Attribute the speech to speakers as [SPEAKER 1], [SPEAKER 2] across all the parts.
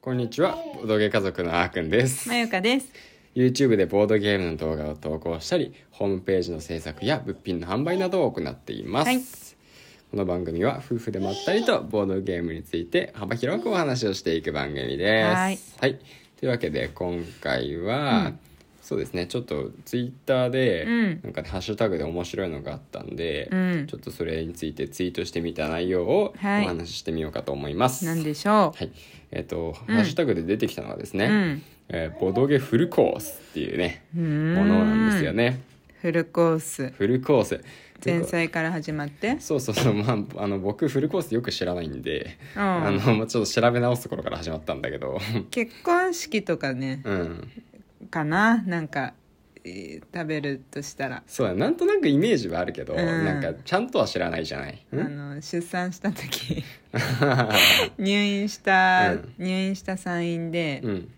[SPEAKER 1] こんにちはボードゲー家族のあーくんです
[SPEAKER 2] まゆかです。
[SPEAKER 1] YouTube でボードゲームの動画を投稿したりホームページの制作や物品の販売などを行っています、
[SPEAKER 2] はい
[SPEAKER 1] この番組は夫婦でまったりとボードゲームについて幅広くお話をしていく番組です
[SPEAKER 2] はい
[SPEAKER 1] というわけで今回は、そうですねちょっとツイッターで、
[SPEAKER 2] うん
[SPEAKER 1] なんかハッシュタグで面白いのがあったんで、
[SPEAKER 2] うん
[SPEAKER 1] ちょっとそれについてツイートしてみた内容をお
[SPEAKER 2] はい
[SPEAKER 1] 話ししてみようかと思います、
[SPEAKER 2] なんでしょ
[SPEAKER 1] はい、えっ、と、
[SPEAKER 2] うん
[SPEAKER 1] ハッシュタグで出てきたのはですね、
[SPEAKER 2] うん
[SPEAKER 1] えーボドゲフルコースっていうね、
[SPEAKER 2] う。も
[SPEAKER 1] ものなんですよ。ね。
[SPEAKER 2] フルコース。
[SPEAKER 1] フルコース。
[SPEAKER 2] 前菜から始まって。
[SPEAKER 1] そうそうそう、まあ、あの、僕フルコースよく知らないんで、
[SPEAKER 2] う
[SPEAKER 1] あ
[SPEAKER 2] ん。
[SPEAKER 1] の、まあちょっと調べ直すところから始まったんだけど、
[SPEAKER 2] 結婚式とかね、
[SPEAKER 1] うん。
[SPEAKER 2] かな、なんか。えー食べるとしたら。
[SPEAKER 1] そうだ、なんとなくイメージはあるけど、
[SPEAKER 2] うん
[SPEAKER 1] なんか、ちゃんとは知らないじゃない。
[SPEAKER 2] あ
[SPEAKER 1] ん
[SPEAKER 2] の出産した 時入院した、
[SPEAKER 1] うん
[SPEAKER 2] 入院した産院で、
[SPEAKER 1] うん。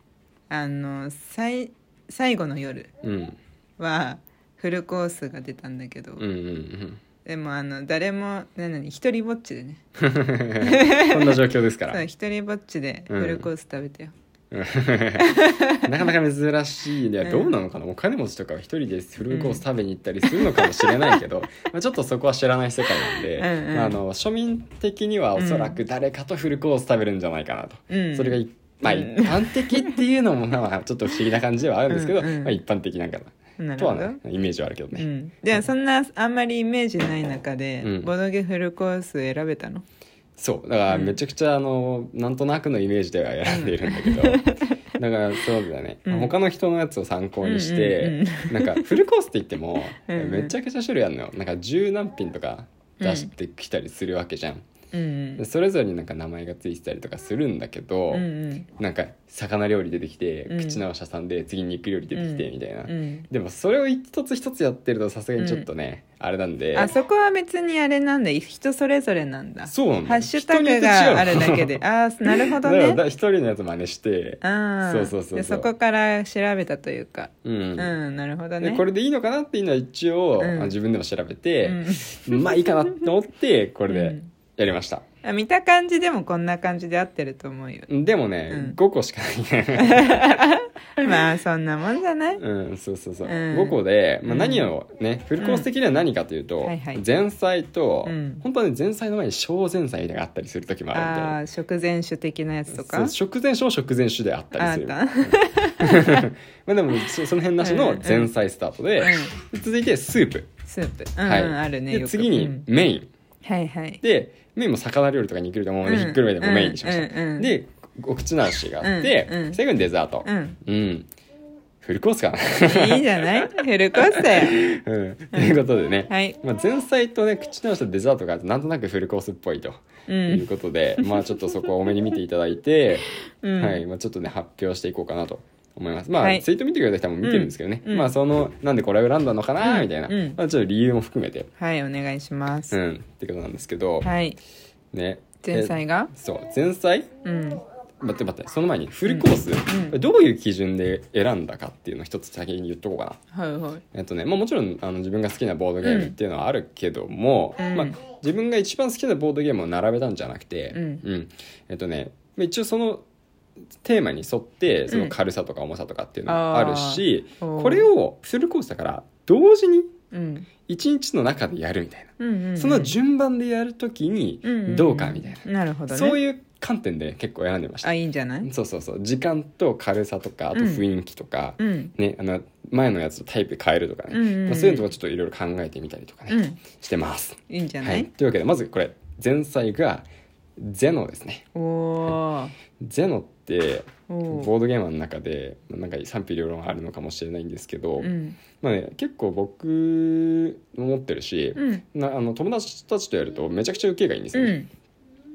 [SPEAKER 2] あの最最後の夜
[SPEAKER 1] うん。
[SPEAKER 2] はフルコースが出たんだけど、
[SPEAKER 1] うんうんうん。
[SPEAKER 2] でもあの誰もなのに一人ぼっちでね
[SPEAKER 1] こんな状況ですから。
[SPEAKER 2] そう一人ぼっちでフルコース食べてよ、
[SPEAKER 1] なかなか珍しいいや
[SPEAKER 2] うん
[SPEAKER 1] どうなのかな、お金持ちとかは一人でフルコース食べに行ったりするのかもしれないけ ど、まあちょっとそこは知らない世界なんで
[SPEAKER 2] うんうん
[SPEAKER 1] まああの庶民的にはおそらく誰かとフルコース食べるんじゃないかなと、
[SPEAKER 2] うん
[SPEAKER 1] それがいまあ、
[SPEAKER 2] うん
[SPEAKER 1] 一般的っていうのもまあちょっと不思議な感じではあるんですけど
[SPEAKER 2] うんうん
[SPEAKER 1] まあ、一般的なんか
[SPEAKER 2] な
[SPEAKER 1] な
[SPEAKER 2] る
[SPEAKER 1] と
[SPEAKER 2] ほ
[SPEAKER 1] は
[SPEAKER 2] ど
[SPEAKER 1] ねイメージはあるけどね、
[SPEAKER 2] うん、じゃあそんなあんまりイメージない中で、
[SPEAKER 1] うん
[SPEAKER 2] ボドゲフルコース選べたの
[SPEAKER 1] そうだからめちゃくちゃあのなんとなくのイメージでは選んでいるんだ けど、だからそうだね、
[SPEAKER 2] うん
[SPEAKER 1] 他の人のやつを参考にして、
[SPEAKER 2] うんうん
[SPEAKER 1] なんかフルコースって言っても
[SPEAKER 2] うんうん
[SPEAKER 1] めちゃくちゃ種類あるのよなんか十何品とか出してきたりするわけじゃん、
[SPEAKER 2] うん
[SPEAKER 1] でそれぞれになんか名前がついてたりとかするんだけど、
[SPEAKER 2] うんうん
[SPEAKER 1] なんか魚料理出てきて
[SPEAKER 2] うん
[SPEAKER 1] 口直しさんで次肉料理出てきてみたいな、
[SPEAKER 2] うん
[SPEAKER 1] でもそれを一つ一つやってるとさすがにちょっとね、あれなんで
[SPEAKER 2] あそこは別にあれなんだ人それぞれなんだ
[SPEAKER 1] そうなんだ
[SPEAKER 2] ハッシュタグがあるだけでああなるほど
[SPEAKER 1] だから
[SPEAKER 2] ね
[SPEAKER 1] だ一人のやつ真似して
[SPEAKER 2] あ
[SPEAKER 1] そうそうそうそう
[SPEAKER 2] でそこから調べたというか
[SPEAKER 1] うん、
[SPEAKER 2] うん、なるほど
[SPEAKER 1] で
[SPEAKER 2] ね
[SPEAKER 1] これでいいのかなっていうのは一応、
[SPEAKER 2] うん
[SPEAKER 1] まあ自分でも調べて、まあいいかなと思ってこれ
[SPEAKER 2] う
[SPEAKER 1] で
[SPEAKER 2] ん
[SPEAKER 1] やりました、
[SPEAKER 2] うん、見た感じでもこんな感じで合ってると思うよ
[SPEAKER 1] でもね、
[SPEAKER 2] うん
[SPEAKER 1] 5個しか ない、
[SPEAKER 2] まあそんなもんじゃない
[SPEAKER 1] うん、そうそうそう、
[SPEAKER 2] うん
[SPEAKER 1] 5個で、まあ、
[SPEAKER 2] うん
[SPEAKER 1] 何をね、フルコース的には何かというと、
[SPEAKER 2] うんはいはい
[SPEAKER 1] 前菜と、
[SPEAKER 2] うん
[SPEAKER 1] 本当はね前菜の前に小前菜みたいなのがあったりする時もあるみたい
[SPEAKER 2] あ
[SPEAKER 1] な
[SPEAKER 2] あ食前酒的なやつと
[SPEAKER 1] そ
[SPEAKER 2] か
[SPEAKER 1] う食前酒も食前酒であったりする
[SPEAKER 2] ああっ
[SPEAKER 1] まあ、でもそその辺なしの前菜スタートで、続いてスープ、
[SPEAKER 2] スープうん、うん
[SPEAKER 1] はい
[SPEAKER 2] あるねよ
[SPEAKER 1] で
[SPEAKER 2] く
[SPEAKER 1] 次
[SPEAKER 2] う
[SPEAKER 1] に
[SPEAKER 2] ん
[SPEAKER 1] メイン、
[SPEAKER 2] はいはい
[SPEAKER 1] でメインも魚料理とか肉料理とかもう
[SPEAKER 2] うん
[SPEAKER 1] ひっくるめてもメインにしました、
[SPEAKER 2] うんうん
[SPEAKER 1] でお口直しがあって、
[SPEAKER 2] うんうん
[SPEAKER 1] 最後にデザート
[SPEAKER 2] うん
[SPEAKER 1] うん、フルコースかな
[SPEAKER 2] いいじゃないフルコースだよ
[SPEAKER 1] うんということでね、
[SPEAKER 2] はい
[SPEAKER 1] まあ、前菜とね口直しとデザートがあるとなんとなくフルコースっぽいと
[SPEAKER 2] う
[SPEAKER 1] いうんことで、まあちょっとそこは多めに見ていただいて、
[SPEAKER 2] うん
[SPEAKER 1] はいまあ、ちょっとね発表していこうかなと思いますまあ、
[SPEAKER 2] はい
[SPEAKER 1] ツイート見てくれた人はもう見てるんですけどね、
[SPEAKER 2] うんうん
[SPEAKER 1] まあそのなんでこれを選んだのかな
[SPEAKER 2] うん
[SPEAKER 1] みたいな、
[SPEAKER 2] うん
[SPEAKER 1] まあ、ちょっと理由も含めて
[SPEAKER 2] はいお願いしま
[SPEAKER 1] う
[SPEAKER 2] す、
[SPEAKER 1] んってことなんですけど、
[SPEAKER 2] はい
[SPEAKER 1] ね
[SPEAKER 2] 前菜が
[SPEAKER 1] えそう前菜
[SPEAKER 2] うん
[SPEAKER 1] 待って待ってその前にフルコース、
[SPEAKER 2] うんうん
[SPEAKER 1] どういう基準で選んだかっていうのを一つ先に言っとこうかな
[SPEAKER 2] はいはい
[SPEAKER 1] えっとねまあ、もちろんあの自分が好きなボードゲームっていうのはあるけども、
[SPEAKER 2] うん
[SPEAKER 1] まあ、自分が一番好きなボードゲームを並べたんじゃなくて、
[SPEAKER 2] うん
[SPEAKER 1] えっとね、まあ一応そのテーマに沿ってその軽さとか重さとかっていうのがあるし、
[SPEAKER 2] あーおー
[SPEAKER 1] これをフルコースだから同時に
[SPEAKER 2] うん
[SPEAKER 1] 1日の中でやるみたいな、
[SPEAKER 2] うんうんうん
[SPEAKER 1] その順番でやるときにどうかみたいな、
[SPEAKER 2] うんうんなるほどね
[SPEAKER 1] そう
[SPEAKER 2] う
[SPEAKER 1] いう観点で結構選んでました
[SPEAKER 2] あ。いいんじゃない
[SPEAKER 1] そうそうそう時間と軽さとかあと
[SPEAKER 2] うん
[SPEAKER 1] 雰囲気とか、
[SPEAKER 2] うん
[SPEAKER 1] ね、あの前のやつとタイプ変えるとかね、
[SPEAKER 2] うんうんうん
[SPEAKER 1] まあ、そういうのとかちょっといろいろ考えてみたりとかね、
[SPEAKER 2] うん
[SPEAKER 1] してます。
[SPEAKER 2] いいんじゃ
[SPEAKER 1] は
[SPEAKER 2] ない、
[SPEAKER 1] い、というわけでまずこれ前菜がゼノですね。
[SPEAKER 2] おお
[SPEAKER 1] ゼノって
[SPEAKER 2] お
[SPEAKER 1] ボードゲームの中でまあなんか賛否両論あるのかもしれないんですけど、
[SPEAKER 2] うん
[SPEAKER 1] まあね、結構僕も持ってるし、
[SPEAKER 2] うん
[SPEAKER 1] なあの友達たちとやるとめちゃくちゃ受けがいいんです
[SPEAKER 2] う
[SPEAKER 1] よ、ね
[SPEAKER 2] ん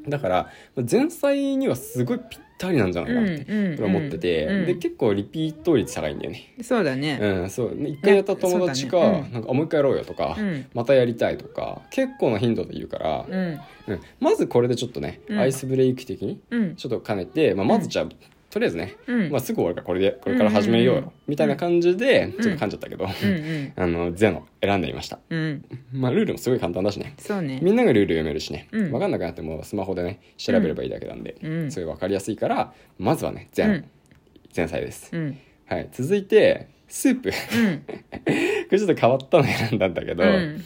[SPEAKER 1] だからまあ前菜にはすごいぴったりなんじゃないかなって
[SPEAKER 2] うんうん
[SPEAKER 1] 僕は思ってて、
[SPEAKER 2] うん
[SPEAKER 1] で結構リピート率高いんだよね。
[SPEAKER 2] そうだね
[SPEAKER 1] うん、そう一回やった友達が、
[SPEAKER 2] そうだねうん
[SPEAKER 1] なんかあもう一回やろうよとか、
[SPEAKER 2] うん
[SPEAKER 1] またやりたいとか結構な頻度で言うから、
[SPEAKER 2] うん
[SPEAKER 1] うんまずこれでちょっとね、
[SPEAKER 2] うん
[SPEAKER 1] アイスブレイク的に
[SPEAKER 2] うん
[SPEAKER 1] ちょっと兼ねて、まあ、まずじゃあ、とりあえずね、
[SPEAKER 2] うん
[SPEAKER 1] まあ、すぐ終わるからこれでこれから始めよう
[SPEAKER 2] うんうん
[SPEAKER 1] よみたいな感じでちょっと噛んじゃったけど、
[SPEAKER 2] うん
[SPEAKER 1] あのゼノ選んでみました、
[SPEAKER 2] うんうん
[SPEAKER 1] まあ、ルールもすごい簡単だしね
[SPEAKER 2] そうね
[SPEAKER 1] みんながルール読めるしね、
[SPEAKER 2] うん
[SPEAKER 1] 分かんなくなってもスマホでね調べればいいだけなんで、
[SPEAKER 2] うん
[SPEAKER 1] それ分かりやすいからまずはねゼ
[SPEAKER 2] う
[SPEAKER 1] ノ、
[SPEAKER 2] ん
[SPEAKER 1] 前菜です、
[SPEAKER 2] うん
[SPEAKER 1] はい、続いてスープ こ
[SPEAKER 2] うん
[SPEAKER 1] れちょっと変わったの選んだんだけど、
[SPEAKER 2] うん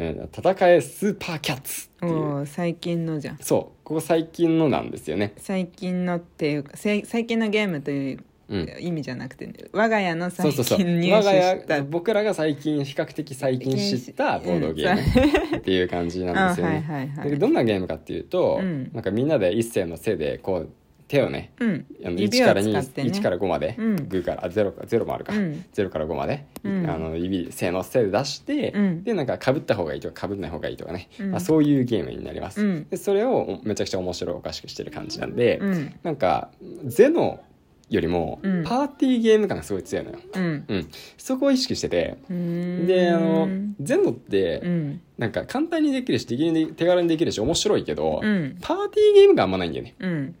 [SPEAKER 1] えー戦えスーパーキャッツっていう
[SPEAKER 2] おー最近のじゃん
[SPEAKER 1] そうここ最近のなんですよね
[SPEAKER 2] 最近のっていうかせい最近のゲームという
[SPEAKER 1] うん
[SPEAKER 2] 意味じゃなくて、ね我が家の
[SPEAKER 1] そ
[SPEAKER 2] 最
[SPEAKER 1] うそうそう
[SPEAKER 2] 近入
[SPEAKER 1] 我
[SPEAKER 2] 手
[SPEAKER 1] が
[SPEAKER 2] し
[SPEAKER 1] 家
[SPEAKER 2] た
[SPEAKER 1] 僕らが最近比較的最近知ったボードゲームっていう感じなんですよ
[SPEAKER 2] あはいはい
[SPEAKER 1] ね。
[SPEAKER 2] はい
[SPEAKER 1] でどんなゲームかっていうと、
[SPEAKER 2] うん
[SPEAKER 1] なんかみんなで一斉の背でこう手をね
[SPEAKER 2] うん
[SPEAKER 1] あの
[SPEAKER 2] 指
[SPEAKER 1] 1
[SPEAKER 2] を
[SPEAKER 1] から2、
[SPEAKER 2] 使ってね
[SPEAKER 1] 1から5まで、
[SPEAKER 2] うん
[SPEAKER 1] グーからあゼロかゼロもあるか、
[SPEAKER 2] うん
[SPEAKER 1] ゼロから5まで、
[SPEAKER 2] うん
[SPEAKER 1] あの指せーのせーで出して、
[SPEAKER 2] うん
[SPEAKER 1] でなんかかぶった方がいいとかかぶんない方がいいとかね、
[SPEAKER 2] うん
[SPEAKER 1] まあ、そういうゲームになります、
[SPEAKER 2] うん
[SPEAKER 1] でそれをめちゃくちゃ面白おかしくしてる感じなんで、
[SPEAKER 2] うん
[SPEAKER 1] なんかゼノよりも
[SPEAKER 2] うん
[SPEAKER 1] パーティーゲーム感がすごい強いのよ、
[SPEAKER 2] うん
[SPEAKER 1] うん、そこを意識してて
[SPEAKER 2] うーん
[SPEAKER 1] であのゼノっ
[SPEAKER 2] う
[SPEAKER 1] て
[SPEAKER 2] ん
[SPEAKER 1] なんか簡単にできるしできる手軽にできるし面白いけど、
[SPEAKER 2] うん
[SPEAKER 1] パーティーゲームがあんまないんだよね
[SPEAKER 2] うん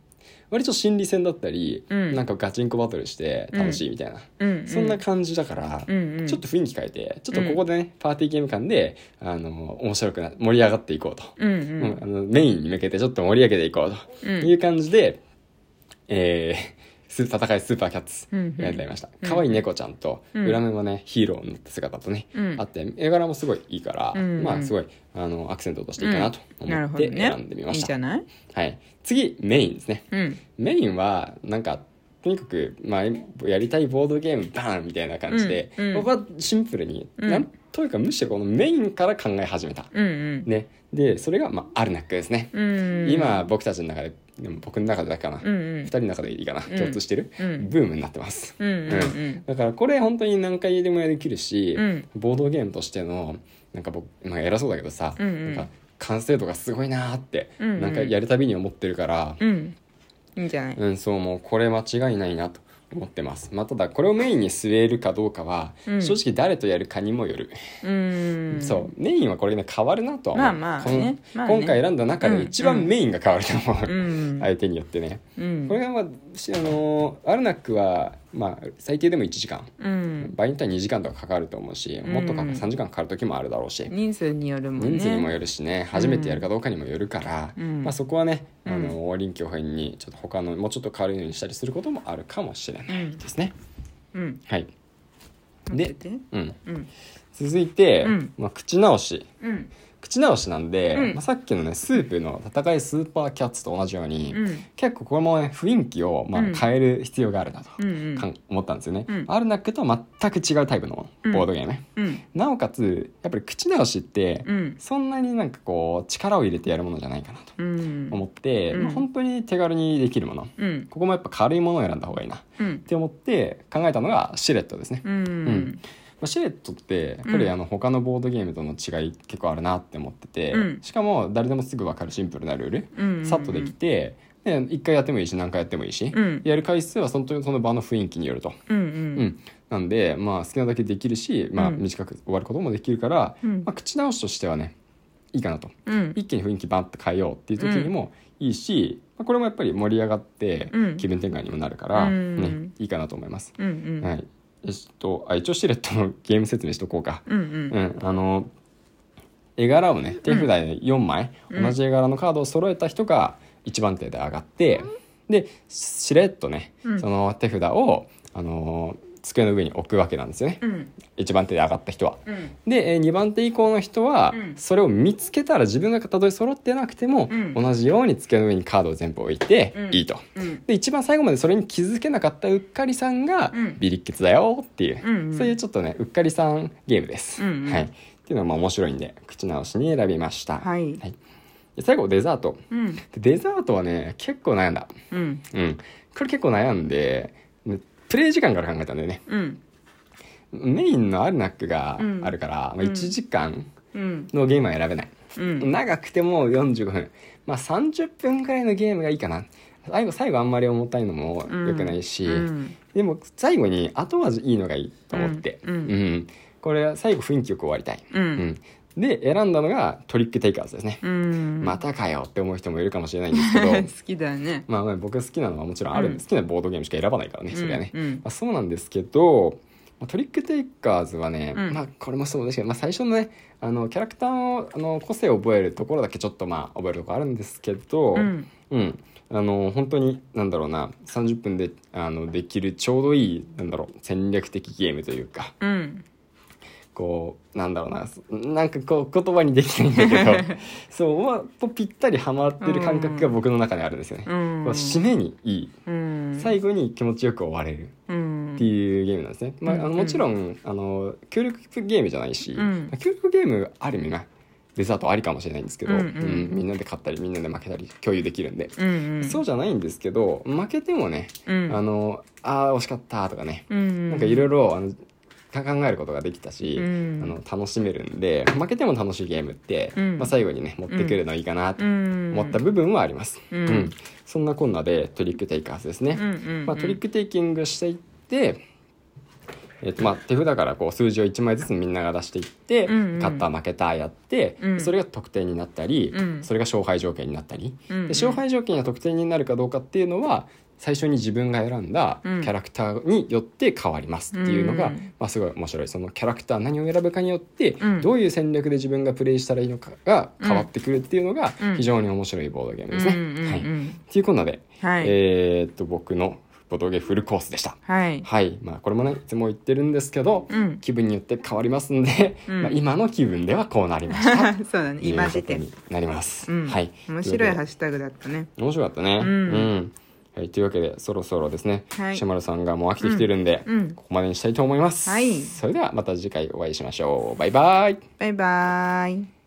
[SPEAKER 1] 割と心理戦だったり、
[SPEAKER 2] うん
[SPEAKER 1] なんかガチンコバトルして楽しいみたいな、
[SPEAKER 2] うん
[SPEAKER 1] そんな感じだから、
[SPEAKER 2] うんうん
[SPEAKER 1] ちょっと雰囲気変えてちょっとここでね、パーティーゲーム感であの面白くな盛り上がっていこうと、
[SPEAKER 2] うんう
[SPEAKER 1] うん
[SPEAKER 2] ん
[SPEAKER 1] あのメインに向けてちょっと盛り上げていこう
[SPEAKER 2] うん
[SPEAKER 1] という感じで、えース戦いスーパーキャッツ
[SPEAKER 2] うんうん
[SPEAKER 1] やりました、
[SPEAKER 2] うん
[SPEAKER 1] 可愛い猫ちゃんと、
[SPEAKER 2] うん
[SPEAKER 1] 裏目もねヒーローになった姿とね、
[SPEAKER 2] うん
[SPEAKER 1] あって絵柄もすごいいいから、
[SPEAKER 2] うん
[SPEAKER 1] まあすごいあのアクセントとしていいかなと
[SPEAKER 2] うんな
[SPEAKER 1] 思っ
[SPEAKER 2] るほど
[SPEAKER 1] て
[SPEAKER 2] ね
[SPEAKER 1] 選んでみま
[SPEAKER 2] いい
[SPEAKER 1] し
[SPEAKER 2] じ
[SPEAKER 1] た、
[SPEAKER 2] ゃない
[SPEAKER 1] はい、次メインですね
[SPEAKER 2] うん
[SPEAKER 1] メインはなんかとにかく、まあ、やりたいボードゲームバーンみたいな感じで、
[SPEAKER 2] うんうん
[SPEAKER 1] 僕はシンプルに、
[SPEAKER 2] うん
[SPEAKER 1] なんというかむしろこのメインから考え始めた、
[SPEAKER 2] うんうん
[SPEAKER 1] ね、でそれが、まあ、アルナックですね、
[SPEAKER 2] うん
[SPEAKER 1] 今僕たちの中ででも僕の中でだけかな、
[SPEAKER 2] うんう
[SPEAKER 1] 二
[SPEAKER 2] ん
[SPEAKER 1] 人の中でいいかな、
[SPEAKER 2] ん
[SPEAKER 1] 共通してる、
[SPEAKER 2] うん
[SPEAKER 1] ブームになってます、
[SPEAKER 2] うんうんうん
[SPEAKER 1] うんだからこれ本当に何回でもできるし、
[SPEAKER 2] うん
[SPEAKER 1] ボードゲームとしてのなんか僕、まあ、偉そうだけどさ、
[SPEAKER 2] うんうん
[SPEAKER 1] なんか完成度がすごいなーって、
[SPEAKER 2] うんうん
[SPEAKER 1] なんかやるたびに思ってるから、
[SPEAKER 2] うんいいんじゃない
[SPEAKER 1] うん、そうもうこれ間違いないなと思ってます、まあ、ただこれをメインに据えるかどうかは、
[SPEAKER 2] うん
[SPEAKER 1] 正直誰とやるかにもよる、
[SPEAKER 2] うん
[SPEAKER 1] そうメインはこれね変わるなとは思う
[SPEAKER 2] まあまあね
[SPEAKER 1] この
[SPEAKER 2] まあね
[SPEAKER 1] 今回選んだ中で一
[SPEAKER 2] うんう
[SPEAKER 1] 番
[SPEAKER 2] ん
[SPEAKER 1] メインが変わると思う、
[SPEAKER 2] うん
[SPEAKER 1] 相手によってね、
[SPEAKER 2] うん
[SPEAKER 1] これが、まあ、しあのーアルナックは、まあ、最低でも1時間
[SPEAKER 2] うん
[SPEAKER 1] 場合によっては2時間とかかかると思うしもっとか
[SPEAKER 2] うん
[SPEAKER 1] 3時間かかる時もあるだろうし、
[SPEAKER 2] 人数によるもんね
[SPEAKER 1] 人数にもよるしね初めてやるかどうかにもよるから、
[SPEAKER 2] うん
[SPEAKER 1] まあ、そこはね、
[SPEAKER 2] うん
[SPEAKER 1] あの臨機応変にちょっと他のもうちょっと軽いのにしたりすることもあるかもしれないですね。
[SPEAKER 2] うん
[SPEAKER 1] はい、
[SPEAKER 2] 待
[SPEAKER 1] で
[SPEAKER 2] っ、てて
[SPEAKER 1] うん、
[SPEAKER 2] うん
[SPEAKER 1] 続いて、
[SPEAKER 2] うん
[SPEAKER 1] まあ、口直し
[SPEAKER 2] うん
[SPEAKER 1] 口直しなんで、
[SPEAKER 2] うん
[SPEAKER 1] まあ、さっきのねスープの戦いスーパーキャッツと同じように、
[SPEAKER 2] うん
[SPEAKER 1] 結構これもね雰囲気を、まあ、
[SPEAKER 2] うん
[SPEAKER 1] 変える必要があるなと、
[SPEAKER 2] うんうん
[SPEAKER 1] かん思ったんですよね。
[SPEAKER 2] うん
[SPEAKER 1] アルナックとは全く違うタイプのボードゲームね。
[SPEAKER 2] うん
[SPEAKER 1] なおかつやっぱり口直しって、
[SPEAKER 2] うん
[SPEAKER 1] そんなになんかこう力を入れてやるものじゃないかなと
[SPEAKER 2] うん
[SPEAKER 1] 思って、
[SPEAKER 2] うん
[SPEAKER 1] まあ本当に手軽にできるもの
[SPEAKER 2] うん
[SPEAKER 1] ここもやっぱ軽いものを選んだ方がいいなっ
[SPEAKER 2] うん
[SPEAKER 1] て思って考えたのがシレットですね、
[SPEAKER 2] うんうん
[SPEAKER 1] まあ、シレットってやっぱ
[SPEAKER 2] う
[SPEAKER 1] り
[SPEAKER 2] ん
[SPEAKER 1] あの他のボードゲームとの違い結構あるなって思ってて、
[SPEAKER 2] うん
[SPEAKER 1] しかも誰でもすぐ分かるシンプルなルール、
[SPEAKER 2] うん
[SPEAKER 1] さっとできてで1回やってもいいし何回やってもいいし、
[SPEAKER 2] うん
[SPEAKER 1] やる回数は本当にその場の雰囲気によると。
[SPEAKER 2] うんう
[SPEAKER 1] うんん、なんで、まあ、好きなだけできるし、まあ、
[SPEAKER 2] うん
[SPEAKER 1] 短く終わることもできるから、
[SPEAKER 2] うん
[SPEAKER 1] まあ、口直しとしてはねいいかなと
[SPEAKER 2] うん
[SPEAKER 1] 一気に雰囲気バンって変えようっていう時にもいいし、まあ、これもやっぱり盛り上がって
[SPEAKER 2] うん
[SPEAKER 1] 気分転換にもなるから、
[SPEAKER 2] うん
[SPEAKER 1] ね、いいかなと思います。
[SPEAKER 2] うんうん
[SPEAKER 1] はい、えっとあ一応シレットのゲーム説明しとこうか。
[SPEAKER 2] うんうん
[SPEAKER 1] うん、あの絵柄をね手札で4枚、
[SPEAKER 2] うん
[SPEAKER 1] 同じ絵柄のカードを揃えた人が1番手で上がってでしれっとね、
[SPEAKER 2] うん
[SPEAKER 1] その手札を、あのー机の上に置くわけなんですよね、
[SPEAKER 2] うん
[SPEAKER 1] 一1番手で上がった人は。
[SPEAKER 2] うん
[SPEAKER 1] でえー2番手以降の人は
[SPEAKER 2] うん
[SPEAKER 1] それを見つけたら自分がたとえ揃ってなくても
[SPEAKER 2] うん
[SPEAKER 1] 同じように机の上にカードを全部置いて
[SPEAKER 2] うん
[SPEAKER 1] いいと。
[SPEAKER 2] うん
[SPEAKER 1] で一番最後までそれに気づけなかったうっかりさんが
[SPEAKER 2] うん
[SPEAKER 1] ビリッケツだよっていう
[SPEAKER 2] うんうん
[SPEAKER 1] そういうちょっとねうっかりさんゲームです。
[SPEAKER 2] うんうん
[SPEAKER 1] はい、っていうのはまあ面白いんで口直しに選びました。
[SPEAKER 2] はい
[SPEAKER 1] で最後デザート
[SPEAKER 2] うん
[SPEAKER 1] でデザートはね結構悩んだ。
[SPEAKER 2] うん
[SPEAKER 1] うん、これ結構悩んでねプレイ時間から考えたんだよね。
[SPEAKER 2] うん
[SPEAKER 1] メインのアルナックが
[SPEAKER 2] うん
[SPEAKER 1] あるから、まあ、
[SPEAKER 2] うん
[SPEAKER 1] 1時間
[SPEAKER 2] うん
[SPEAKER 1] のゲームは選べない。
[SPEAKER 2] うん
[SPEAKER 1] 長くても45分まあ30分ぐらいのゲームがいいかな最後最後あんまり重たいのも良くないし、
[SPEAKER 2] うん
[SPEAKER 1] でも最後に後味いいのがいいと思って、
[SPEAKER 2] うんうん
[SPEAKER 1] これは最後雰囲気よく終わりたい、
[SPEAKER 2] うん
[SPEAKER 1] うんで選んだのがトリックテイカーズですね、
[SPEAKER 2] うん
[SPEAKER 1] またかよって思う人もいるかもしれないんですけ ど
[SPEAKER 2] 好きだよね
[SPEAKER 1] まあまあ僕好きなのはもちろんあるんです、好きなボードゲームしか選ばないからね、それはね、
[SPEAKER 2] うんうん
[SPEAKER 1] まあ、そうなんですけどまあトリックテイカーズはね、
[SPEAKER 2] うん
[SPEAKER 1] まあこれもそうですけど、まあ、最初のねあのキャラクターのあの個性を覚えるところだけちょっとまあ覚えるところあるんですけど、
[SPEAKER 2] うん
[SPEAKER 1] うん、あの本当になんだろうな30分であのできるちょうどいいなんだろう戦略的ゲームというか
[SPEAKER 2] うん
[SPEAKER 1] こうなんだろうなすなんかこう言葉にできないんだけ どそうまあとぴったりハマってる感覚が僕の中にあるんですよね。
[SPEAKER 2] う
[SPEAKER 1] こ
[SPEAKER 2] ん
[SPEAKER 1] う締めにいい
[SPEAKER 2] うん
[SPEAKER 1] 最後に気持ちよく終われる
[SPEAKER 2] うん
[SPEAKER 1] っていうゲームなんですね。まあ、あの
[SPEAKER 2] うん
[SPEAKER 1] もちろんあの協力ゲームじゃないし、
[SPEAKER 2] うん
[SPEAKER 1] 協力ゲームある意味なデザートありかもしれないんですけど、
[SPEAKER 2] うんうん
[SPEAKER 1] うんみんなで勝ったりみんなで負けたり共有できるんで。
[SPEAKER 2] うんうん
[SPEAKER 1] そうじゃないんですけど負けてもね、
[SPEAKER 2] うん
[SPEAKER 1] あのあー惜しかったとかね、
[SPEAKER 2] うん
[SPEAKER 1] なんかいろいろあのか考えることができたし、
[SPEAKER 2] うん
[SPEAKER 1] あの楽しめるんで負けても楽しいゲームって、
[SPEAKER 2] うん
[SPEAKER 1] まあ、最後にね持ってくるのいいかなと
[SPEAKER 2] うん
[SPEAKER 1] 思った部分はあります、
[SPEAKER 2] うん
[SPEAKER 1] そんなこんなでトリックテイカーズですね、
[SPEAKER 2] うんうん
[SPEAKER 1] まあ、トリックテイキングしていって、えっとまあ、手札からこう数字を1枚ずつみんなが出していって、
[SPEAKER 2] うんうん
[SPEAKER 1] 勝った負けたやって、
[SPEAKER 2] うん
[SPEAKER 1] それが得点になったり、
[SPEAKER 2] うん
[SPEAKER 1] それが勝敗条件になったり、
[SPEAKER 2] うんうん
[SPEAKER 1] で勝敗条件や得点になるかどうかっていうのは最初に自分が選んだキ
[SPEAKER 2] うん
[SPEAKER 1] ャラクターによって変わりますっていうのが、
[SPEAKER 2] うん
[SPEAKER 1] まあ、すごい面白いそのキャラクター何を選ぶかによって、
[SPEAKER 2] うん
[SPEAKER 1] どういう戦略で自分がプレイしたらいいのかが変わってくるっていうのが
[SPEAKER 2] うん
[SPEAKER 1] 非常に面白いボードゲームですね。
[SPEAKER 2] うんうんうん
[SPEAKER 1] はい、っていうこんなで
[SPEAKER 2] はい
[SPEAKER 1] えーっと僕のボトゲフルコースでした。
[SPEAKER 2] はい
[SPEAKER 1] はい、まあこれもねいつも言ってるんですけど、
[SPEAKER 2] うん
[SPEAKER 1] 気分によって変わりますんで、
[SPEAKER 2] うん
[SPEAKER 1] まあ今の気分ではこうなりました。
[SPEAKER 2] そうだね 今出
[SPEAKER 1] とい
[SPEAKER 2] て
[SPEAKER 1] うことになります。
[SPEAKER 2] うん
[SPEAKER 1] はい。
[SPEAKER 2] 面白いハ
[SPEAKER 1] とうこ
[SPEAKER 2] ッシュタグだったね
[SPEAKER 1] とで面白かったね。う
[SPEAKER 2] う
[SPEAKER 1] んん。はい、というわけでそろそろですね、
[SPEAKER 2] はい
[SPEAKER 1] シャマルさんがもう飽きてきてるんで、
[SPEAKER 2] うんうん
[SPEAKER 1] ここまでにしたいと思います、
[SPEAKER 2] はい
[SPEAKER 1] それではまた次回お会いしましょうバイバイ
[SPEAKER 2] バイバーイ